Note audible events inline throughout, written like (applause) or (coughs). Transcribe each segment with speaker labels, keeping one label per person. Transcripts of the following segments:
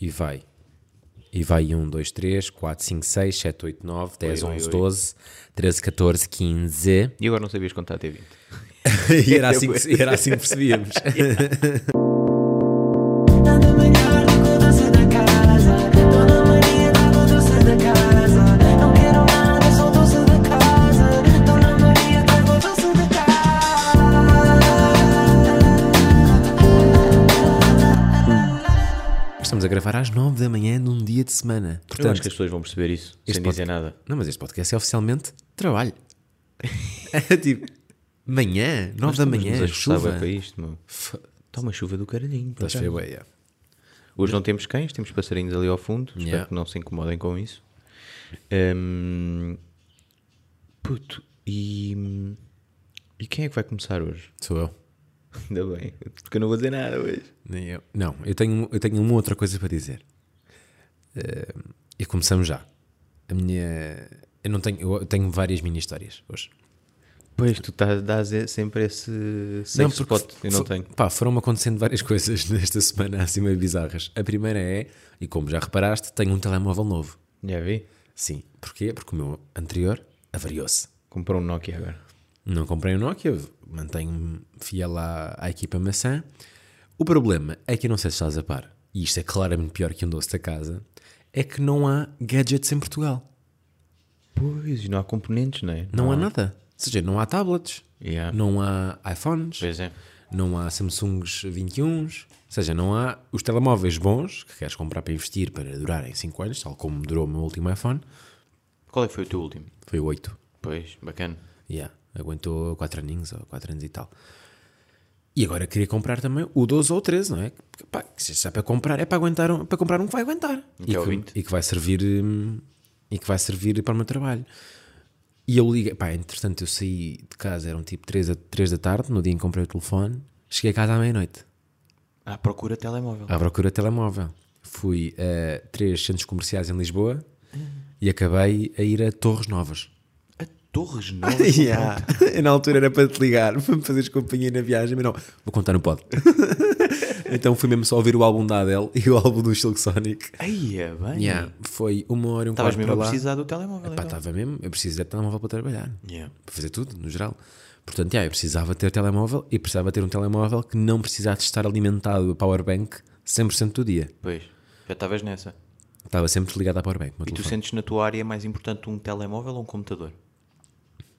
Speaker 1: E vai. E vai 1, 2, 3, 4, 5, 6, 7, 8, 9, 10,
Speaker 2: Oi, oi,
Speaker 1: 11,
Speaker 2: oi.
Speaker 1: 12, 13, 14, 15.
Speaker 2: E agora não sabias contar até 20.
Speaker 1: (laughs) E (laughs) era assim, que- e era assim que percebíamos.
Speaker 3: Dona Maria da cor doce da casa, Dona Maria da cor doce da casa. Não quero nada, sou doce da casa, Dona Maria da cor doce da casa.
Speaker 1: (laughs) Estamos a gravar às 9 da manhã num dia de semana.
Speaker 2: Eu acho que
Speaker 1: Portanto,
Speaker 2: as pessoas vão perceber isso
Speaker 1: Este
Speaker 2: sem dizer nada.
Speaker 1: não, mas este podcast é oficialmente trabalho. (laughs) tipo, manhã, 9 da manhã,
Speaker 2: Mas
Speaker 1: chuva.
Speaker 2: chuva para isto, meu. Tá Toma chuva do caralhinho. por
Speaker 1: Estás
Speaker 2: acaso.
Speaker 1: feio, bué, yeah.
Speaker 2: Hoje não temos cães, temos passarinhos ali ao fundo. Espero
Speaker 1: Yeah.
Speaker 2: que não se incomodem com isso. Hum, puto, e. E quem é que vai começar hoje? (laughs)
Speaker 1: Sou eu.
Speaker 2: Ainda bem, porque eu não vou dizer nada hoje.
Speaker 1: Nem eu. Não, eu tenho, eu tenho uma outra coisa para dizer. Eh, e começamos já. A minha. Eu não tenho. Eu tenho várias mini histórias hoje.
Speaker 2: Pois, tu tá, dás e- sempre esse safe spot, eu não
Speaker 1: fo-
Speaker 2: tenho.
Speaker 1: Pá, foram acontecendo várias (laughs) coisas nesta semana assim meio bizarras. A primeira é, e como já reparaste, tenho um telemóvel novo.
Speaker 2: Já vi?
Speaker 1: Sim. Porquê? Porque o meu anterior avariou-se.
Speaker 2: Comprou um Nokia agora.
Speaker 1: Não comprei o Nokia, mantenho-me fiel à, à equipa maçã. O problema é que eu não sei se estás a par, e isto é claramente pior que um doce da casa, é que não há gadgets em Portugal.
Speaker 2: Pois, e não há componentes, não é?
Speaker 1: Não, há nada. Ou seja, não há tablets,
Speaker 2: Yeah.
Speaker 1: não há iPhones,
Speaker 2: Pois é.
Speaker 1: não há Samsungs 21s. Ou seja, não há os telemóveis bons que queres comprar para investir para durarem 5 anos, tal como durou o meu último iPhone.
Speaker 2: Qual é que foi o teu último?
Speaker 1: Foi o 8.
Speaker 2: Pois, bacana.
Speaker 1: Yeah, aguentou 4 aninhos ou 4 anos e tal. E agora queria comprar também o 12 ou o 13, não é? Que, Pá, que se já para comprar, é para, aguentar um, para comprar um que vai aguentar.
Speaker 2: Que é o
Speaker 1: e,
Speaker 2: 20.
Speaker 1: e que vai servir hum, e que vai servir para o meu trabalho. E eu liguei, pá, entretanto eu saí de casa, eram tipo 3, a, 3 da tarde, no dia em que comprei o telefone, cheguei a casa à meia-noite,
Speaker 2: Ah, procura telemóvel.
Speaker 1: à procura de telemóvel. Fui a 3 centros comerciais em Lisboa e acabei a ir a Torres Novas.
Speaker 2: A Torres Novas. (laughs)
Speaker 1: Yeah. (laughs) Eu na altura era para te ligar, (laughs) para me fazeres companhia na viagem, mas não, vou contar no pod. (laughs) então fui mesmo só ouvir o álbum da Adele (laughs) e o álbum do Silk Sonic.
Speaker 2: Aí é bem.
Speaker 1: Yeah, Foi uma hora e um
Speaker 2: Estavas
Speaker 1: quarto
Speaker 2: mesmo
Speaker 1: para
Speaker 2: a
Speaker 1: lá.
Speaker 2: precisar do telemóvel.
Speaker 1: Pá,
Speaker 2: então.
Speaker 1: estava mesmo, eu preciso de telemóvel para trabalhar,
Speaker 2: Yeah.
Speaker 1: para fazer tudo, no geral. Portanto, yeah, eu precisava ter telemóvel e precisava ter um telemóvel que não precisasse estar alimentado a powerbank 100% do dia.
Speaker 2: Pois, já estavas nessa.
Speaker 1: Estava sempre ligado à powerbank, o meu
Speaker 2: E tu
Speaker 1: telefone.
Speaker 2: sentes na tua área mais importante um telemóvel ou um computador?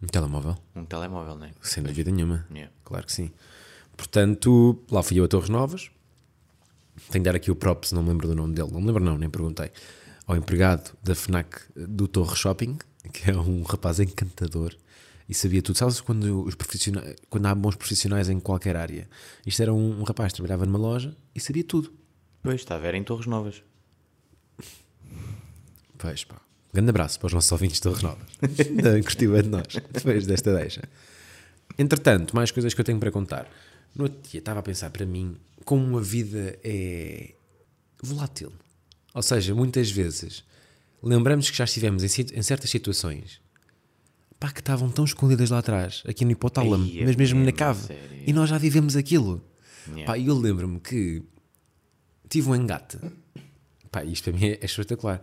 Speaker 1: Um telemóvel.
Speaker 2: Um telemóvel, não é?
Speaker 1: Sem dúvida nenhuma.
Speaker 2: Yeah.
Speaker 1: Claro que sim. Portanto, lá fui eu a Torres Novas. Tenho de dar aqui o props, não me lembro do nome dele. Não me lembro, não, nem perguntei. Ao empregado da FNAC do Torre Shopping, que é um rapaz encantador e sabia tudo. Sabes quando, os profissionais, quando há bons profissionais em qualquer área? Isto era um, um rapaz que trabalhava numa loja e sabia tudo.
Speaker 2: Pois, estava, era em Torres Novas.
Speaker 1: Pois pá. Um grande abraço para os nossos ouvintes de Torres Novas. (laughs) Não, curtiu é de nós, depois desta deixa. Entretanto, mais coisas que eu tenho para contar. No outro dia estava a pensar para mim como a vida é volátil. Ou seja, muitas vezes lembramos que já estivemos em, situ- em certas situações pá, que estavam tão escondidas lá atrás, aqui no hipotálamo,
Speaker 2: Ai, é
Speaker 1: mas mesmo na
Speaker 2: mesmo,
Speaker 1: cave.
Speaker 2: sério.
Speaker 1: E nós já vivemos aquilo.
Speaker 2: Yeah.
Speaker 1: Pá, e eu lembro-me que tive um engate. Pá, isto para mim é, é espetacular.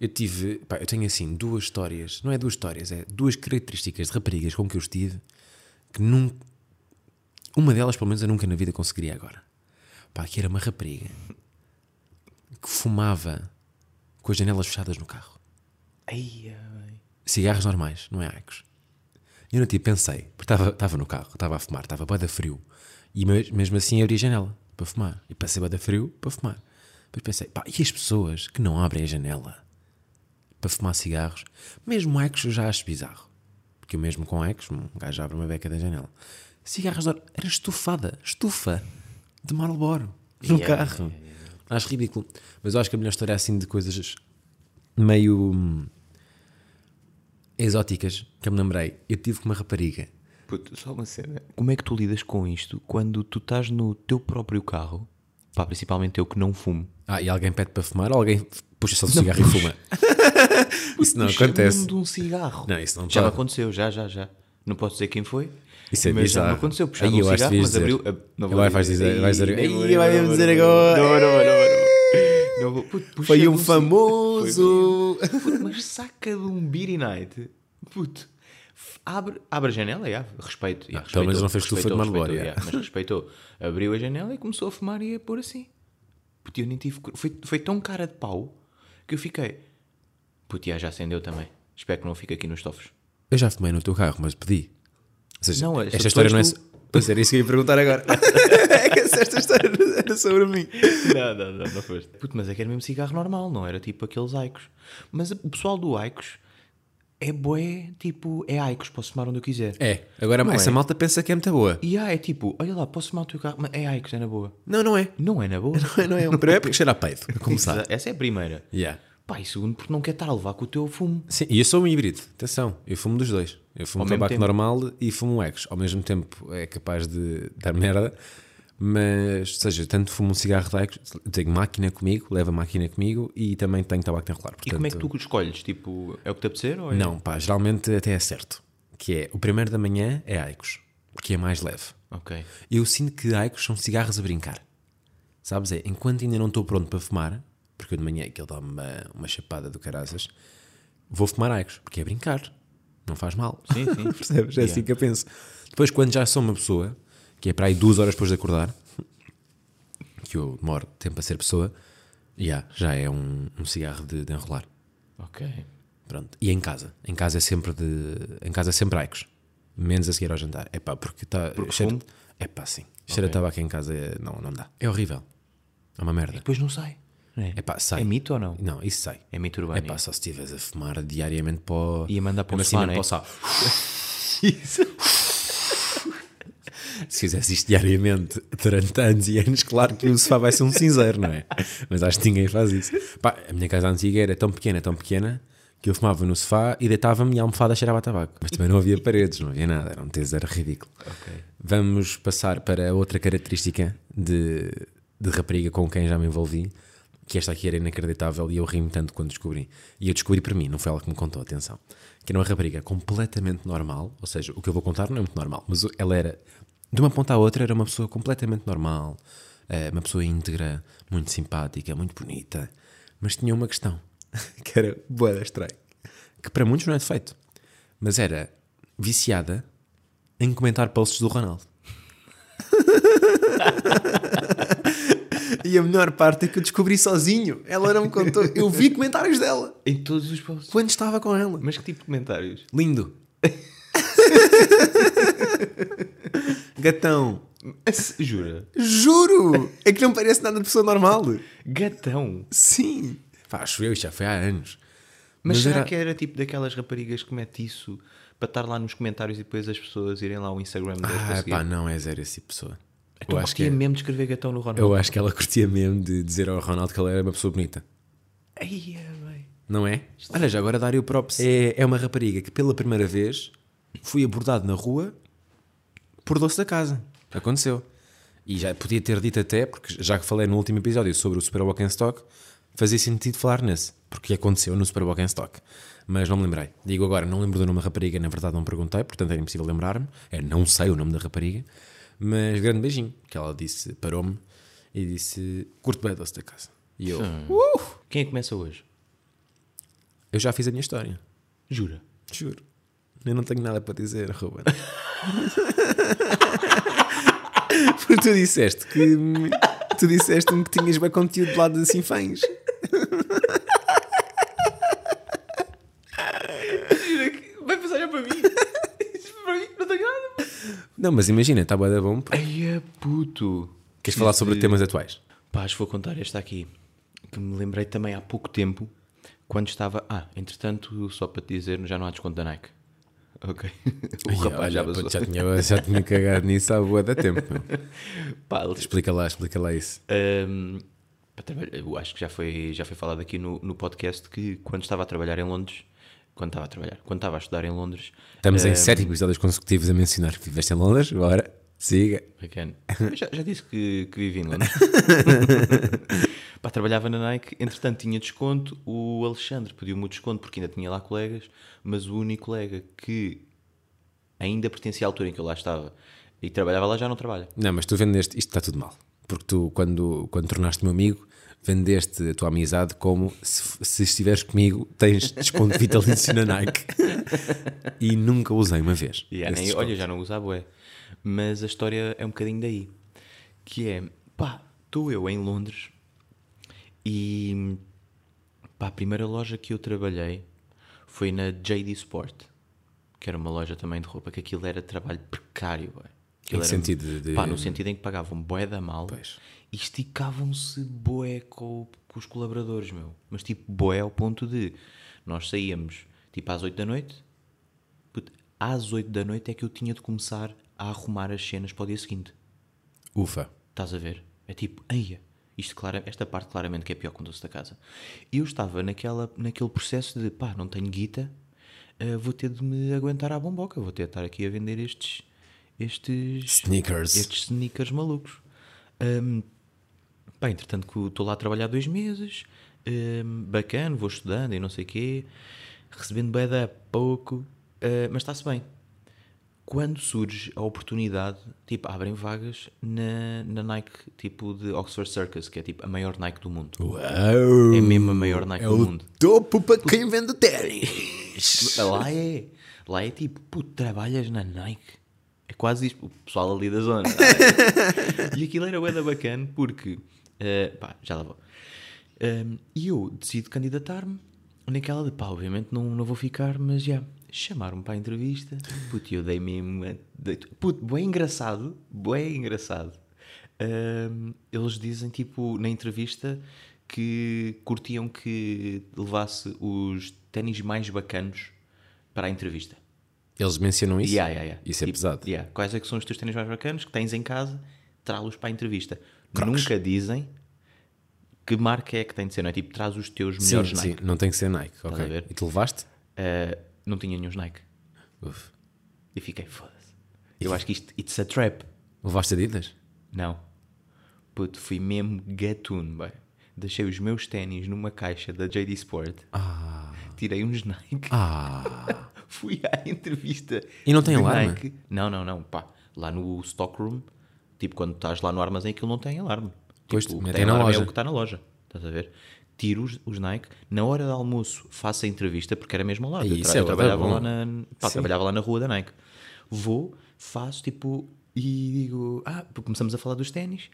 Speaker 1: Eu tive, pá, eu tenho assim duas histórias, não é duas histórias, é duas características de raparigas com que eu estive que nunca, uma delas pelo menos eu nunca na vida conseguiria agora. Pá, que era uma rapariga que fumava com as janelas fechadas no carro.
Speaker 2: Aí é bem.
Speaker 1: Cigarros normais, não é Aicos. E eu não tipo, pensei, porque estava- estava no carro, estava a fumar, estava bada frio. E me- mesmo assim abri a janela para fumar. E passei bada frio para fumar. Depois pensei, pá, e as pessoas que não abrem a janela para fumar cigarros? Mesmo Aicos eu já acho bizarro. Porque eu mesmo com Aicos, um gajo abre uma beca da janela. Cigarros de... era estufada, estufa de Marlboro no
Speaker 2: Yeah,
Speaker 1: carro. Acho ridículo. Mas eu acho que a melhor história é assim de coisas meio hum, exóticas que eu me lembrei. Eu tive com uma rapariga.
Speaker 2: Puto, só uma cena. Como é que tu lidas com isto quando tu estás no teu próprio carro? Pá, principalmente eu que não fumo.
Speaker 1: Ah, e alguém pede para fumar, ou alguém puxa só do cigarro e fuma. (laughs) isso não
Speaker 2: Puxa,
Speaker 1: acontece.
Speaker 2: lembro-me de um cigarro.
Speaker 1: Não, isso não
Speaker 2: Já me
Speaker 1: pode.
Speaker 2: aconteceu, já, já, já. Não posso dizer quem foi.
Speaker 1: Isso é
Speaker 2: mas já me
Speaker 1: bizarro.
Speaker 2: aconteceu. Puxar
Speaker 1: Aí
Speaker 2: um
Speaker 1: eu acho que
Speaker 2: cigarro,
Speaker 1: devias
Speaker 2: mas
Speaker 1: dizer.
Speaker 2: abriu. a- não vou
Speaker 1: Agora vais dizer- vais dizer-
Speaker 2: Ih,
Speaker 1: Ih,
Speaker 2: nem vou,
Speaker 1: vai
Speaker 2: não
Speaker 1: dizer
Speaker 2: vou,
Speaker 1: agora.
Speaker 2: Não, não, não, não. Não vou. Puto, puxa
Speaker 1: Foi
Speaker 2: de
Speaker 1: um
Speaker 2: ci-
Speaker 1: famoso.
Speaker 2: Puto, mas saca de um Beery Night. Puto. F- Abre, abre a janela e yeah, respeito. Yeah,
Speaker 1: Ah, pelo menos
Speaker 2: respeitou,
Speaker 1: não fez tufa de
Speaker 2: respeitou,
Speaker 1: Marlboro,
Speaker 2: respeitou,
Speaker 1: yeah.
Speaker 2: yeah, Mas respeitou. Abriu a janela e começou a fumar e a pôr assim. Puto, eu nem tive. cor- Foi, foi tão cara de pau que eu fiquei. Puto, yeah, já acendeu também. Espero que não fique aqui
Speaker 1: (laughs)
Speaker 2: nos tofos.
Speaker 1: Eu já fumei no teu carro, mas pedi. Ou seja,
Speaker 2: Não,
Speaker 1: esta,
Speaker 2: esta
Speaker 1: história não é.
Speaker 2: depois
Speaker 1: Pois era isso que eu ia perguntar agora. (laughs) é que se esta história não era sobre mim.
Speaker 2: não, não, não, não foste. Puto, mas é que era mesmo cigarro normal, não era tipo aqueles Aicos. Mas o pessoal do Aicos é boé, tipo, é Aicos, posso fumar onde eu quiser.
Speaker 1: É, agora
Speaker 2: Não
Speaker 1: essa
Speaker 2: é.
Speaker 1: malta pensa que é muito boa.
Speaker 2: E há, é tipo, olha lá, posso fumar o teu carro, mas é Aicos, é na boa.
Speaker 1: Não, não é.
Speaker 2: Não é na boa.
Speaker 1: Não é, não é. Primeiro é porque cheira a peido, a começar.
Speaker 2: Exa- Essa é a primeira.
Speaker 1: yeah.
Speaker 2: Pá, e segundo, porque não quer estar a levar com o teu fumo.
Speaker 1: Sim, e eu sou um híbrido, atenção, eu fumo dos dois. Eu fumo
Speaker 2: Ao mesmo
Speaker 1: tabaco
Speaker 2: tempo.
Speaker 1: normal e fumo ex. Ao mesmo tempo é capaz de dar merda, mas, ou seja, tanto fumo um cigarro de ex, tenho máquina comigo, levo a máquina comigo e também tenho tabaco enrolar.
Speaker 2: E
Speaker 1: Portanto,
Speaker 2: como é que tu escolhes? Tipo, é o que te apetecer? Ou é...
Speaker 1: Não, pá, geralmente até é certo. Que é, o primeiro da manhã é Aicos, porque é mais leve.
Speaker 2: Ok.
Speaker 1: Eu sinto que Aicos são cigarros a brincar. Sabes? É, enquanto ainda não estou pronto para fumar, porque eu de manhã aquilo dá uma, uma chapada do caraças, vou fumar Aicos, porque é brincar. Não faz mal.
Speaker 2: Sim,
Speaker 1: (laughs)
Speaker 2: sim.
Speaker 1: Percebes? É assim que eu penso. Depois, quando já sou uma pessoa, que é para aí duas horas depois de acordar, que eu demoro tempo a ser pessoa, já, já é um, um cigarro de- de enrolar.
Speaker 2: Ok.
Speaker 1: Pronto. E em casa. Em casa é sempre de. Em casa é sempre aicos. Menos a seguir ao jantar. É pá, porque está.
Speaker 2: fumo?
Speaker 1: É pá, sim. Cheira de tabaco em casa é- não, não dá. É horrível. É uma merda.
Speaker 2: Depois não sai.
Speaker 1: É pá, sai.
Speaker 2: É mito ou não?
Speaker 1: Não, isso sai.
Speaker 2: É mito
Speaker 1: É
Speaker 2: urbano.
Speaker 1: pá, só se estiveres a fumar diariamente para o.
Speaker 2: E a mandar para o
Speaker 1: Mesmo
Speaker 2: sofá,
Speaker 1: mesmo
Speaker 2: né?
Speaker 1: para o sofá. (laughs) Se fizesse isto diariamente durante anos e anos, claro que o sofá vai ser um cinzeiro, não é? Mas acho que ninguém faz isso. Pá, a minha casa antiga era tão pequena, tão pequena, que eu fumava no sofá e deitava-me e a almofada cheirava a tabaco. Mas também não havia paredes, não havia nada, era um teso, era ridículo. Vamos passar para outra característica de, de rapariga com quem já me envolvi, que esta aqui era inacreditável e eu ri-me tanto quando descobri. E eu descobri para mim, não foi ela que me contou, atenção. Que era uma rapariga completamente normal, ou seja, o que eu vou contar não é muito normal, mas ela era, de uma ponta à outra, era uma pessoa completamente normal, eh, uma pessoa íntegra, muito simpática, muito bonita, mas tinha uma questão, (laughs) que era boa estranha, que para muitos não é defeito, mas era viciada em comentar posts do Ronaldo. (laughs) E a melhor parte é que eu descobri sozinho. Ela não me contou. Eu vi comentários dela
Speaker 2: Em todos os posts.
Speaker 1: quando estava com ela.
Speaker 2: Mas que tipo de comentários? (laughs)
Speaker 1: Lindo. (laughs) Gatão.
Speaker 2: Se- Jura?
Speaker 1: Juro! É que não parece nada de pessoa normal.
Speaker 2: Gatão.
Speaker 1: Sim. Pá, acho eu, isto já foi há anos.
Speaker 2: Mas, será que era tipo daquelas raparigas que mete isso para estar lá nos comentários e depois as pessoas irem lá ao Instagram delas para
Speaker 1: Ah,
Speaker 2: seguir?
Speaker 1: pá, não é zero esse tipo de pessoa.
Speaker 2: Então
Speaker 1: eu, acho
Speaker 2: curtia
Speaker 1: que, é-
Speaker 2: mesmo de escrever gatão no Ronaldo.
Speaker 1: eu acho que ela curtia mesmo de dizer ao Ronaldo que ela era uma pessoa bonita.
Speaker 2: Ai, é, bem.
Speaker 1: Não é? Olha, já agora dar-lhe o props. É, é uma rapariga que pela primeira vez fui abordado na rua por doce da casa. Aconteceu. E já podia ter dito até, porque já que falei no último episódio sobre o Super Walk in Stock, fazia sentido falar nesse, porque aconteceu no Super Walk in Stock. Mas não me lembrei. Digo agora, não lembro do nome da rapariga, na verdade não perguntei, portanto era impossível lembrar-me. É, não sei o nome da rapariga. Mas grande beijinho, que ela disse, parou-me e disse: curto bem doce da casa. E eu,
Speaker 2: Quem é que começa hoje?
Speaker 1: eu já fiz a minha história.
Speaker 2: Jura?
Speaker 1: Juro. Eu não tenho nada para dizer, (laughs) Ruben. Porque tu disseste que tu disseste-me que tinhas bem conteúdo do lado de Sinfãs.
Speaker 2: Vai passar já para (laughs) mim. para mim, não tenho nada.
Speaker 1: Não, mas imagina, está bué da bom. pá.
Speaker 2: Ai, é puto.
Speaker 1: Queres falar sobre temas atuais?
Speaker 2: Pá, acho que vou contar esta aqui, que me lembrei também há pouco tempo, quando estava... Ah, entretanto, só para te dizer, já não há desconto da Nike. Ok. O rapaz
Speaker 1: (laughs) Olha, tá
Speaker 2: já
Speaker 1: pá,
Speaker 2: passou.
Speaker 1: já, tinha, já tinha cagado nisso há boa da tempo. meu.
Speaker 2: Pá, ele-
Speaker 1: Explica lá, explica lá isso.
Speaker 2: Ahm, para trabalhar- eu acho que já foi, já foi falado aqui no, no podcast que quando estava a trabalhar em Londres, quando estava a trabalhar, quando estava a estudar em Londres,
Speaker 1: Estamos em sete episódios consecutivos a mencionar que viveste em Londres. Bora, siga.
Speaker 2: bacana. Eu já, já disse que, que vivi em (laughs) Londres. Pá, trabalhava na Nike, entretanto tinha desconto, o Alexandre pediu-me o desconto porque ainda tinha lá colegas, mas o único colega que ainda pertencia à altura em que eu lá estava e trabalhava lá já não trabalha.
Speaker 1: Não, mas tu vendeste, isto está tudo mal. Porque tu, quando, quando tornaste meu amigo, vendeste a tua amizade como se, se estiveres comigo tens desconto vitalício na Nike. e nunca usei uma vez.
Speaker 2: Yeah,
Speaker 1: esse
Speaker 2: é nem-
Speaker 1: desconto.
Speaker 2: olha, já não usa bué. Mas a história é um bocadinho daí. Que é, pá, estou eu em Londres e pá, a primeira loja que eu trabalhei foi na JD Sport, que era uma loja também de roupa, que aquilo era trabalho precário, bué.
Speaker 1: Em
Speaker 2: Aquilo
Speaker 1: que
Speaker 2: era-
Speaker 1: sentido de- de-
Speaker 2: Pá, no sentido em que pagavam bué da mal e esticavam-se boé com, com os colaboradores, meu. Mas tipo, boé ao ponto de nós saíamos tipo às 8 da noite, Puto, às 8 da noite é que eu tinha de começar a arrumar as cenas para o dia seguinte.
Speaker 1: Ufa.
Speaker 2: Estás a ver? É tipo, eia, isto clara, esta parte claramente que é pior que um doce da casa. E eu estava naquela, naquele processo de pá, não tenho guita, eh, vou ter de me aguentar à bomboca, vou ter de estar aqui a vender estes. Estes
Speaker 1: Sneakers.
Speaker 2: estes sneakers malucos. Hum, pá, entretanto, que estou lá a trabalhar dois meses, hum, bacana, vou estudando e não sei o quê, recebendo bem da pouco, ah, mas está-se bem. Quando surge a oportunidade, tipo, abrem vagas na, na Nike, tipo de Oxford Circus, que é tipo a maior Nike do mundo.
Speaker 1: Uau.
Speaker 2: É mesmo a maior Nike
Speaker 1: É
Speaker 2: do
Speaker 1: o
Speaker 2: mundo.
Speaker 1: topo para quem vende ténis.
Speaker 2: Lá é, lá é tipo, puto, trabalhas na Nike. É quase isso, o pessoal ali da zona. não é? e aquilo era bué da bacana porque, eh, pá, já lá vou. Ahm, E eu decido candidatar-me naquela de, pá, obviamente não, não vou ficar, mas já, chamaram-me para a entrevista. Puto, e eu dei mesmo, a- dei- puto, bué engraçado, bué engraçado. Ahm, eles dizem, tipo, na entrevista que curtiam que levasse os ténis mais bacanos para a entrevista.
Speaker 1: Eles mencionam isso?
Speaker 2: Yeah, yeah, yeah.
Speaker 1: Isso é
Speaker 2: Tipo,
Speaker 1: pesado.
Speaker 2: yeah. Quais é que são os teus ténis mais bacanos que tens em casa? Trá-los para a entrevista.
Speaker 1: Crocs.
Speaker 2: Nunca dizem que marca é que tem de ser, não é? Tipo, traz os teus
Speaker 1: Sim,
Speaker 2: melhores
Speaker 1: sim,
Speaker 2: Nike.
Speaker 1: não tem que ser Nike.
Speaker 2: a
Speaker 1: ok.
Speaker 2: ver?
Speaker 1: E tu levaste?
Speaker 2: Ah, não tinha nenhum Nike.
Speaker 1: Uf.
Speaker 2: E fiquei, foda-se. Eu acho que isto, it's a trap.
Speaker 1: Levaste Adidas?
Speaker 2: Não. Puto, fui mesmo gatuno, bem. Deixei os meus ténis numa caixa da JD Sport.
Speaker 1: Ah.
Speaker 2: Tirei uns Nike.
Speaker 1: Ah.
Speaker 2: (laughs) Fui à entrevista.
Speaker 1: E não tem
Speaker 2: de
Speaker 1: alarme?
Speaker 2: Nike. Não, não, não. Pá, lá no stockroom, tipo quando estás lá no armazém, aquilo não tem alarme.
Speaker 1: Pois,
Speaker 2: tipo,
Speaker 1: metem na
Speaker 2: alarme
Speaker 1: loja.
Speaker 2: É o que está na loja. Estás a ver? Tiro os, os Nike. Na hora do almoço faço a entrevista, porque era mesmo lá.
Speaker 1: Aí,
Speaker 2: eu,
Speaker 1: isso é
Speaker 2: eu
Speaker 1: bué da
Speaker 2: trabalhava,
Speaker 1: bom.
Speaker 2: lá na, pá,
Speaker 1: Sim.
Speaker 2: trabalhava lá na rua da Nike. Vou, faço tipo. E digo, ah, porque começamos a falar dos ténis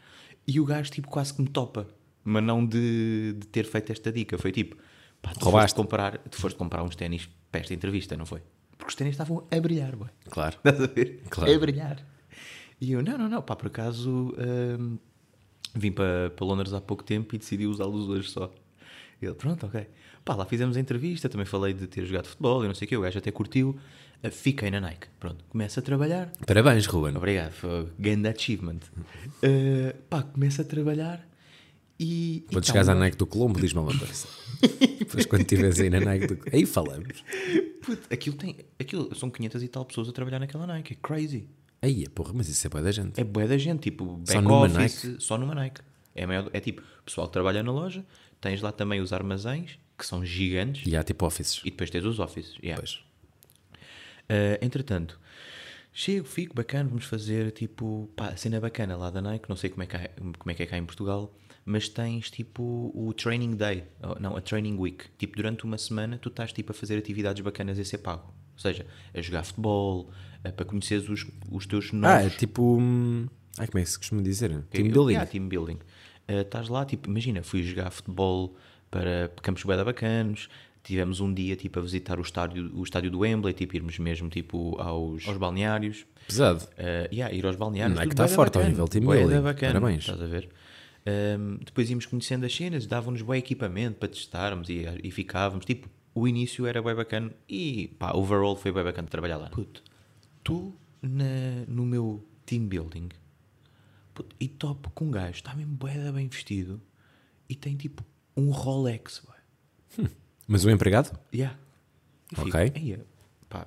Speaker 2: e o gajo tipo quase que me topa, mas não de, de ter feito esta dica. Foi tipo, pá, tu
Speaker 1: Roubaste.
Speaker 2: foste comprar, tu foste comprar uns ténis para esta entrevista, não foi? Porque os ténis estavam a brilhar, boy.
Speaker 1: Claro.
Speaker 2: (laughs) Estás a ver?
Speaker 1: Claro.
Speaker 2: A brilhar. E eu, não, não, não, pá, por acaso hum, vim para, para Londres há pouco tempo e decidi usá-los hoje só. Ele, pronto, ok. Pá, lá fizemos a entrevista, também falei de ter jogado futebol e não sei o quê, o gajo até curtiu. Ah, Fiquei na Nike. Pronto, começo a trabalhar.
Speaker 1: Parabéns, Ruben.
Speaker 2: Obrigado, foi um grande
Speaker 1: (laughs)
Speaker 2: achievement. Ah, pá, começo a trabalhar e.
Speaker 1: Quando
Speaker 2: e
Speaker 1: chegares
Speaker 2: tá
Speaker 1: à
Speaker 2: uma-
Speaker 1: Nike do Colombo, diz-me uma coisa. Depois, quando estiveres aí na Nike do Colombo. Aí falamos.
Speaker 2: Puto, aquilo tem. Aquilo, são 500 e tal pessoas a trabalhar naquela Nike, é crazy.
Speaker 1: Aí, porra, mas isso é boa da gente.
Speaker 2: É bué da gente, tipo, back
Speaker 1: Só numa
Speaker 2: office, só numa Nike. É, a maior- é tipo, o pessoal que trabalha na loja, tens lá também os armazéns, que são gigantes,
Speaker 1: E há tipo offices.
Speaker 2: e depois tens os offices. yeah.
Speaker 1: Pois.
Speaker 2: Ah, entretanto, chego, fico bacana, vamos fazer tipo, pá, a cena bacana lá da Nike, não sei como é, que, há- como é que é cá em Portugal, mas tens tipo o training day, ou não, a training week. Tipo, durante uma semana tu estás tipo a fazer atividades bacanas e ser pago. Ou seja, a jogar futebol, a- para conheceres os, os teus
Speaker 1: Ah,
Speaker 2: novos
Speaker 1: é tipo. hum, Ai, como é que se costuma dizer? Team
Speaker 2: eu-
Speaker 1: building.
Speaker 2: yeah, team building. Ah, estás lá, tipo, imagina, fui jogar futebol para campos bué da bacanos, tivemos um dia, tipo, a visitar o estádio, o estádio do Wembley, tipo, irmos mesmo, tipo, aos, aos balneários.
Speaker 1: Pesado.
Speaker 2: Ah, yeah, ir aos balneários.
Speaker 1: Não é que
Speaker 2: tudo
Speaker 1: tá
Speaker 2: bué da
Speaker 1: forte ao
Speaker 2: bacana,
Speaker 1: nível team
Speaker 2: bué da
Speaker 1: building.
Speaker 2: bacana,
Speaker 1: Parabéns.
Speaker 2: Estás a ver? Ahm, depois íamos conhecendo as cenas, davam-nos bom equipamento para testarmos e, e ficávamos. Tipo, o início era bem bacana e pá, overall foi bem bacana trabalhar lá. Puto, tu na- no meu team building puto, e top com um gajo, está mesmo bué da bem vestido e tem tipo um Rolex, bué.
Speaker 1: Mas o empregado?
Speaker 2: Yeah. Eu
Speaker 1: Ok.
Speaker 2: Fico, "Eia, pá,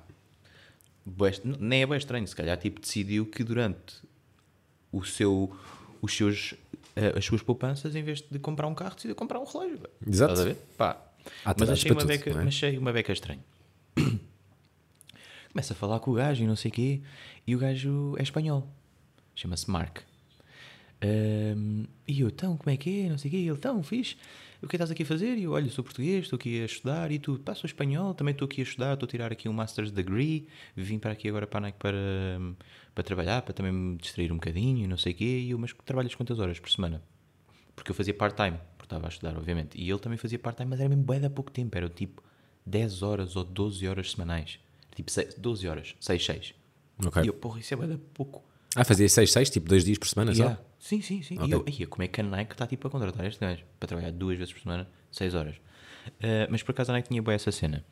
Speaker 2: bué est- nem é bem estranho, se calhar tipo, decidiu que durante o seu, os seus, eh, as suas poupanças, em vez de comprar um carro, decidiu comprar um relógio. bué.
Speaker 1: Exato.
Speaker 2: Estás a ver? Pá.
Speaker 1: Há
Speaker 2: Mas
Speaker 1: atrasos
Speaker 2: achei,
Speaker 1: para
Speaker 2: uma
Speaker 1: tudo,
Speaker 2: beca,
Speaker 1: não é?
Speaker 2: mas achei uma beca estranha. (coughs) Começa a falar com o gajo e não sei o quê, e o gajo é espanhol. Chama-se Mark. Ahm, e eu, então, como é que é? Não sei o quê. Ele, então, fixe. O que é que estás aqui a fazer? E eu, olha, sou português, estou aqui a estudar. E tu, pá, sou espanhol, também estou aqui a estudar, estou a tirar aqui um Master's Degree. Vim para aqui agora para a Nike para, hum, para trabalhar, para também me distrair um bocadinho, e não sei o quê. E eu, mas trabalhas quantas horas por semana? Porque eu fazia part-time, porque estava a estudar, obviamente. E ele também fazia part-time, mas era mesmo bué de há pouco tempo. Era tipo 10 horas ou 12 horas semanais. Tipo sei- 12 horas, 6, 6.
Speaker 1: Ok.
Speaker 2: E eu, porra, isso é bué de pouco.
Speaker 1: Ah, fazia 6, 6, tipo dois dias por semana
Speaker 2: Yeah.
Speaker 1: só?
Speaker 2: Sim, sim, sim. E eu, "Ei, como é que a Nike está tipo a contratar este gajo para trabalhar duas vezes por semana, seis horas? Ah, mas por acaso a Nike tinha boa essa cena.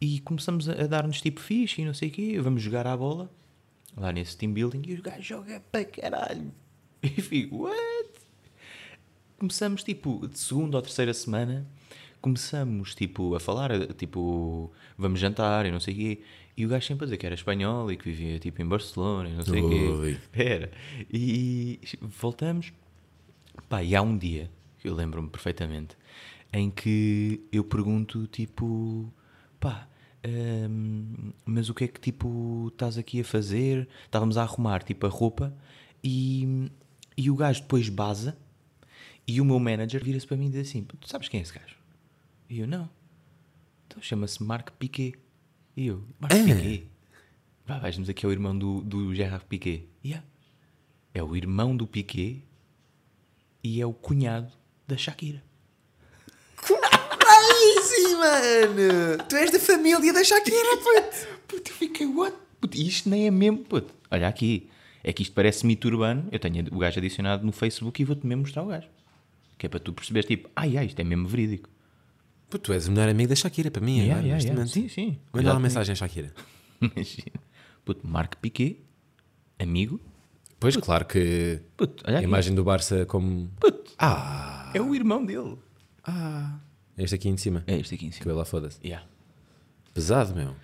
Speaker 2: E começamos a a dar-nos tipo fixe e não sei o quê, vamos jogar à bola lá nesse team building e os gajos jogam para caralho. (laughs) E fico, what? começamos tipo de segunda ou terceira semana começamos tipo a falar tipo vamos jantar e não sei o quê e o gajo sempre a dizer que era espanhol e que vivia tipo em Barcelona e não sei o
Speaker 1: Ui.
Speaker 2: quê era e voltamos pá e há um dia que eu lembro-me perfeitamente em que eu pergunto tipo pá hum, mas o que é que tipo estás aqui a fazer estávamos a arrumar tipo a roupa e e o gajo depois baza e o meu manager vira-se para mim e diz assim: Tu sabes quem é esse gajo? E eu: Não. Então chama-se Marc Piquet. E eu: Marc
Speaker 1: Ah.
Speaker 2: Piquet. Vá, vais-nos aqui é o irmão do, do Gerard Piquet. Yeah. É o irmão do Piquet e é o cunhado da Shakira.
Speaker 1: Ai, sim, mano! Ah, Tu é- és da família da
Speaker 2: (laughs)
Speaker 1: Shakira, puto!
Speaker 2: Puto, eu fiquei, what? Puto, isto nem é mesmo, puto. Olha aqui. É que isto parece mito urbano. Eu tenho o gajo adicionado no Facebook e vou-te mesmo mostrar o gajo. Que é para tu perceberes, tipo, ai, ai, isto é mesmo verídico.
Speaker 1: Puto, tu és o melhor amigo da Shakira para mim,
Speaker 2: Yeah,
Speaker 1: agora,
Speaker 2: yeah,
Speaker 1: neste
Speaker 2: yeah.
Speaker 1: momento.
Speaker 2: Sim, sim.
Speaker 1: Manda é, lá uma
Speaker 2: Exatamente.
Speaker 1: mensagem à Shakira.
Speaker 2: (laughs) Imagina. Puto, Marco Piquet, amigo.
Speaker 1: Pois, claro que
Speaker 2: Puto, olha
Speaker 1: a
Speaker 2: aqui.
Speaker 1: imagem do Barça como.
Speaker 2: Puto,
Speaker 1: Ah!
Speaker 2: é o irmão dele.
Speaker 1: Este aqui em cima.
Speaker 2: É este aqui em cima.
Speaker 1: Cabelo lá foda-se.
Speaker 2: Yeah.
Speaker 1: Pesado, meu.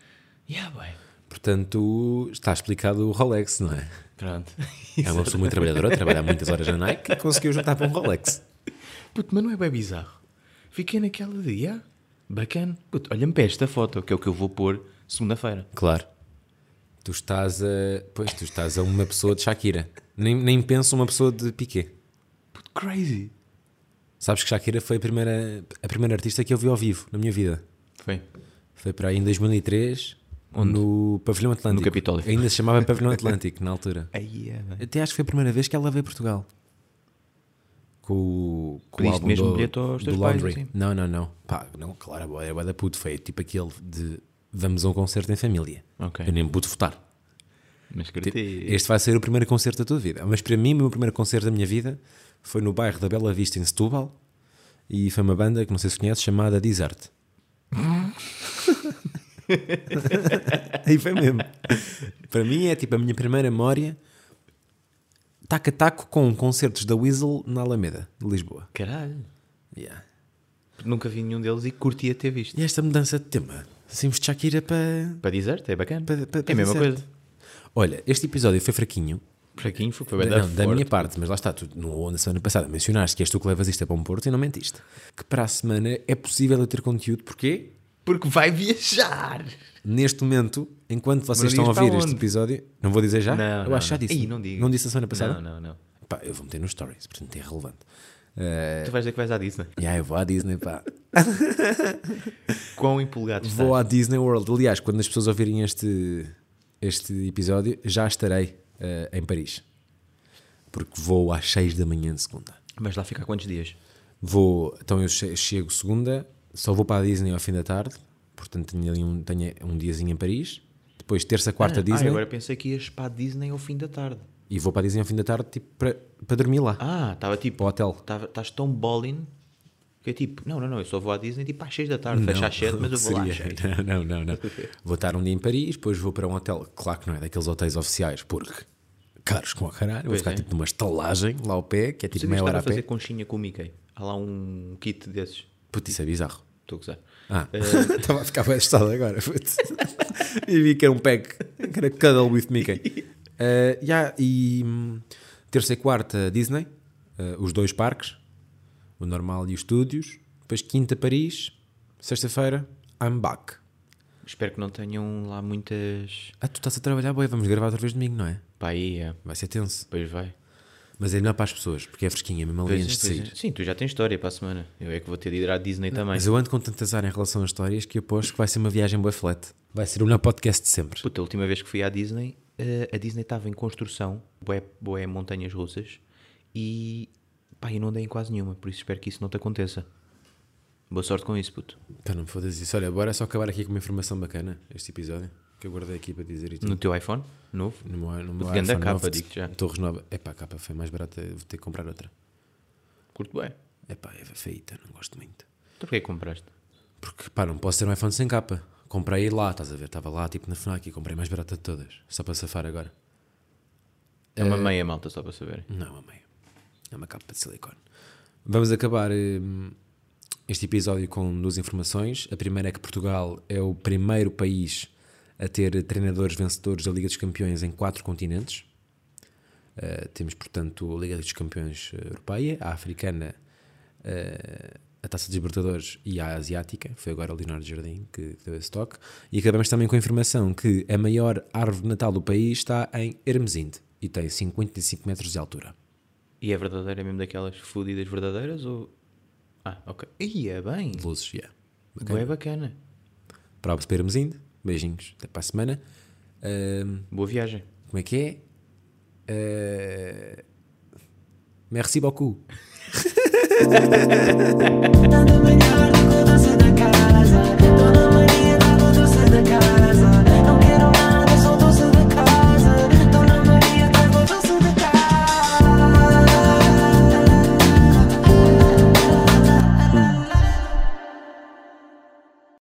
Speaker 2: Yeah, boy.
Speaker 1: Portanto, está explicado o Rolex, não
Speaker 2: (laughs)
Speaker 1: é?
Speaker 2: Pronto.
Speaker 1: É uma pessoa muito trabalhadora, trabalha muitas horas na Nike e conseguiu juntar para um Rolex.
Speaker 2: Puto, mas não é bem bizarro. Fiquei naquela de, yeah, bacana. Puto, olha-me para esta foto, que é o que eu vou pôr segunda-feira.
Speaker 1: Claro. Tu estás a. Pois, tu estás a uma pessoa de Shakira. Nem, nem penso uma pessoa de Piqué.
Speaker 2: Puto, crazy.
Speaker 1: Sabes que Shakira foi a primeira, a primeira artista que eu vi ao vivo na minha vida.
Speaker 2: Foi.
Speaker 1: Foi para aí em 2003, no Pavilhão Atlântico.
Speaker 2: No Capitólio.
Speaker 1: Ainda se chamava Pavilhão Atlântico, na altura.
Speaker 2: Aí é, bem.
Speaker 1: Até acho que foi a primeira vez que ela veio a Portugal. Com o, com
Speaker 2: Pediste
Speaker 1: álbum
Speaker 2: mesmo
Speaker 1: do,
Speaker 2: bilhete aos
Speaker 1: do
Speaker 2: teus pais,
Speaker 1: Laundry.
Speaker 2: assim?
Speaker 1: Não, não, não. Pá, não, claro, boa, era bué da puto. Foi tipo aquele de vamos a um concerto em família.
Speaker 2: Ok.
Speaker 1: Eu nem pude votar.
Speaker 2: Mas
Speaker 1: Tipo,
Speaker 2: curti.
Speaker 1: Este vai ser o primeiro concerto da tua vida. Mas para mim, o meu primeiro concerto da minha vida foi no bairro da Bela Vista, em Setúbal. E foi uma banda que não sei se conheces, chamada Desert. (laughs) Aí foi mesmo. Para mim é tipo a minha primeira memória taco a taco com concertos da Weasel na Alameda, de Lisboa.
Speaker 2: Caralho.
Speaker 1: Yeah.
Speaker 2: Nunca vi nenhum deles e curtia ter visto.
Speaker 1: E esta mudança de tema, Assim, saímos de Shakira para.
Speaker 2: Para dizer-te, é bacana.
Speaker 1: para- para-
Speaker 2: é
Speaker 1: para
Speaker 2: a mesma
Speaker 1: Desert.
Speaker 2: coisa.
Speaker 1: Olha, este episódio foi fraquinho,
Speaker 2: Fraquinho foi para
Speaker 1: Da- não, da minha parte, mas lá está, tu no, na semana passada mencionaste que és tu que levas isto a Bom Porto e não mentiste. Que para a semana é possível eu ter conteúdo, porque
Speaker 2: Porque vai viajar.
Speaker 1: neste momento, enquanto vocês
Speaker 2: Mas
Speaker 1: estão
Speaker 2: não
Speaker 1: a
Speaker 2: diz
Speaker 1: ouvir
Speaker 2: para
Speaker 1: este
Speaker 2: onde?
Speaker 1: episódio, não vou dizer já?
Speaker 2: Não,
Speaker 1: Ah, eu
Speaker 2: não,
Speaker 1: acho que já
Speaker 2: não.
Speaker 1: disse.
Speaker 2: Ih, não digas.
Speaker 1: Não disse na semana passada?
Speaker 2: Não, não, não.
Speaker 1: Pá, eu vou meter nos stories, portanto é relevante. É.
Speaker 2: Tu vais dizer que vais à Disney.
Speaker 1: E aí eu vou à Disney, pá.
Speaker 2: Quão empolgado estás.
Speaker 1: Vou à Disney World. Aliás, quando as pessoas ouvirem este, este episódio, já estarei eh, em Paris. Porque vou às 6 da manhã de segunda.
Speaker 2: Mas lá fica há quantos dias?
Speaker 1: Vou, então eu che- chego segunda, só vou para a Disney ao fim da tarde, portanto tenho ali um, tenho um diazinho em Paris. Depois terça, quarta
Speaker 2: ah,
Speaker 1: Disney
Speaker 2: agora pensei que ias para a Disney ao fim da tarde.
Speaker 1: e vou para a Disney ao fim da tarde tipo, para, para dormir lá,
Speaker 2: Ah, estava tipo.
Speaker 1: para o hotel.
Speaker 2: tava- Estás tão bolin que é tipo, não, não, não, eu só vou à Disney tipo às 6 da tarde, fecha às 7, mas eu vou lá às
Speaker 1: (laughs) Seria- tipo
Speaker 2: 6.
Speaker 1: Não, não, não. Vou estar um dia em Paris, depois vou para um hotel, claro que não é daqueles hotéis oficiais, porque caros com a caralho, vou
Speaker 2: Pois
Speaker 1: ficar
Speaker 2: é.
Speaker 1: tipo numa estalagem lá ao pé, que é tipo
Speaker 2: Sabias
Speaker 1: meia
Speaker 2: estar
Speaker 1: hora
Speaker 2: a
Speaker 1: a pé.
Speaker 2: fazer conchinha com o Mickey? Há lá um kit desses.
Speaker 1: Putz, isso é bizarro.
Speaker 2: Estou a gozar.
Speaker 1: Ah, estava a ficar bem assustado agora. putz. e vi que era um pack, que era Cuddle with Mickey. Eh, já, e hum, terça e quarta Disney, eh, os dois parques, o normal e os estúdios. Depois quinta Paris, sexta-feira I'm back.
Speaker 2: Espero que não tenham lá muitas.
Speaker 1: Ah, tu estás a trabalhar, boi, vamos gravar outra vez domingo, não é?
Speaker 2: Pá, aí é.
Speaker 1: Vai ser tenso.
Speaker 2: Depois vai.
Speaker 1: Mas é melhor para as pessoas, porque é fresquinha mesmo ali
Speaker 2: Pois
Speaker 1: antes de
Speaker 2: é, pois é.
Speaker 1: sair.
Speaker 2: Sim, tu já tens história para a semana. Eu é que vou ter de ir à Disney também.
Speaker 1: Mas eu ando com tanto azar em relação às histórias que aposto que vai ser uma viagem boa flat. Vai ser o melhor podcast de sempre.
Speaker 2: Puta, a última vez que fui à Disney, eh, a Disney estava em construção, boé, boé montanhas russas, e pá, eu não andei em quase nenhuma, por isso espero que isso não te aconteça. Boa sorte com isso, puto.
Speaker 1: Então não me fodas isso. Olha, bora só acabar aqui com uma informação bacana, este episódio, que eu guardei aqui para dizer e tudo.
Speaker 2: No teu iPhone, novo.
Speaker 1: No meu, no meu
Speaker 2: De grande
Speaker 1: iPhone
Speaker 2: capa,
Speaker 1: novo,
Speaker 2: digo-te já.
Speaker 1: Torres nova. Epá, a capa foi mais barata, vou ter que comprar outra.
Speaker 2: Curto bem.
Speaker 1: Epá, é feita, não gosto muito.
Speaker 2: Então porquê que compraste?
Speaker 1: Porque, pá, não posso ter um iPhone sem capa. Comprei lá, estás a ver? Estava lá, tipo, na FNAC e comprei mais barata de todas. Só para safar agora.
Speaker 2: É uma meia malta, só para saber.
Speaker 1: Não, é uma meia. É uma capa de silicone. Vamos acabar hum, este episódio com duas informações. A primeira é que Portugal é o primeiro país a ter treinadores vencedores da Liga dos Campeões em quatro continentes. Uh, temos, portanto, a Liga dos Campeões eh, Europeia, a Africana, uh, a Taça dos Libertadores e a Asiática. Foi agora o Leonardo Jardim que deu esse toque. E acabamos também com a informação que a maior árvore de natal do país está em Hermesinde e tem 55 metros de altura.
Speaker 2: E é verdadeira mesmo daquelas fodidas verdadeiras ou. Ah, ok. E é bem.
Speaker 1: De luzes, yeah.
Speaker 2: Boa, é bacana.
Speaker 1: Para o Hermesinde, beijinhos, até para a semana. Um,
Speaker 2: Boa viagem.
Speaker 1: como é que é? Uh, merci beaucoup.
Speaker 3: Tá no banheiro da casa, dona